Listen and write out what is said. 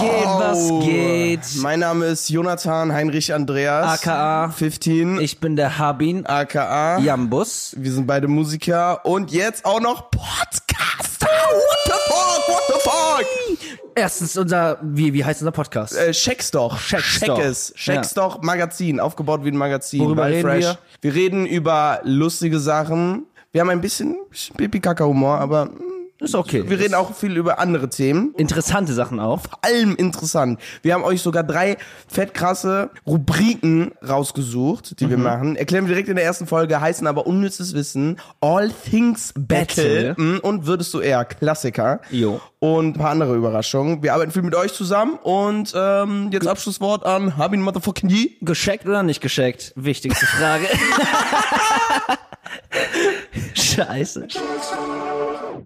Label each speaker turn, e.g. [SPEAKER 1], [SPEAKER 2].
[SPEAKER 1] geht, was geht?
[SPEAKER 2] Oh. Mein Name ist Jonathan Heinrich Andreas.
[SPEAKER 1] AKA.
[SPEAKER 2] 15.
[SPEAKER 1] Ich bin der Habin
[SPEAKER 2] AKA.
[SPEAKER 1] Jambus.
[SPEAKER 2] Wir sind beide Musiker und jetzt auch noch Podcaster. What the fuck? What the fuck?
[SPEAKER 1] Erstens unser, wie, wie heißt unser Podcast?
[SPEAKER 2] Äh, check's doch.
[SPEAKER 1] Check's
[SPEAKER 2] Check
[SPEAKER 1] doch.
[SPEAKER 2] es. Check's doch. Magazin. Aufgebaut wie ein Magazin.
[SPEAKER 1] Worüber
[SPEAKER 2] bei
[SPEAKER 1] reden
[SPEAKER 2] Fresh.
[SPEAKER 1] wir?
[SPEAKER 2] Wir reden über lustige Sachen. Wir haben ein bisschen Pipi-Kaka-Humor, aber mm,
[SPEAKER 1] Ist okay.
[SPEAKER 2] wir reden auch viel über andere Themen.
[SPEAKER 1] Interessante Sachen auch.
[SPEAKER 2] allem interessant. Wir haben euch sogar drei fettkrasse Rubriken rausgesucht, die wir
[SPEAKER 1] Mhm.
[SPEAKER 2] machen. Erklären wir direkt in der ersten Folge, heißen aber unnützes Wissen, All Things
[SPEAKER 1] Battle.
[SPEAKER 2] Battle, mm, und Würdest du eher, Klassiker.
[SPEAKER 1] Jo.
[SPEAKER 2] Und ein paar andere Überraschungen. Wir arbeiten viel mit euch zusammen und ähm, jetzt Abschlusswort an Habin Motherfucking Yee.
[SPEAKER 1] Gescheckt oder nicht gescheckt? Wichtigste Frage. Scheiße.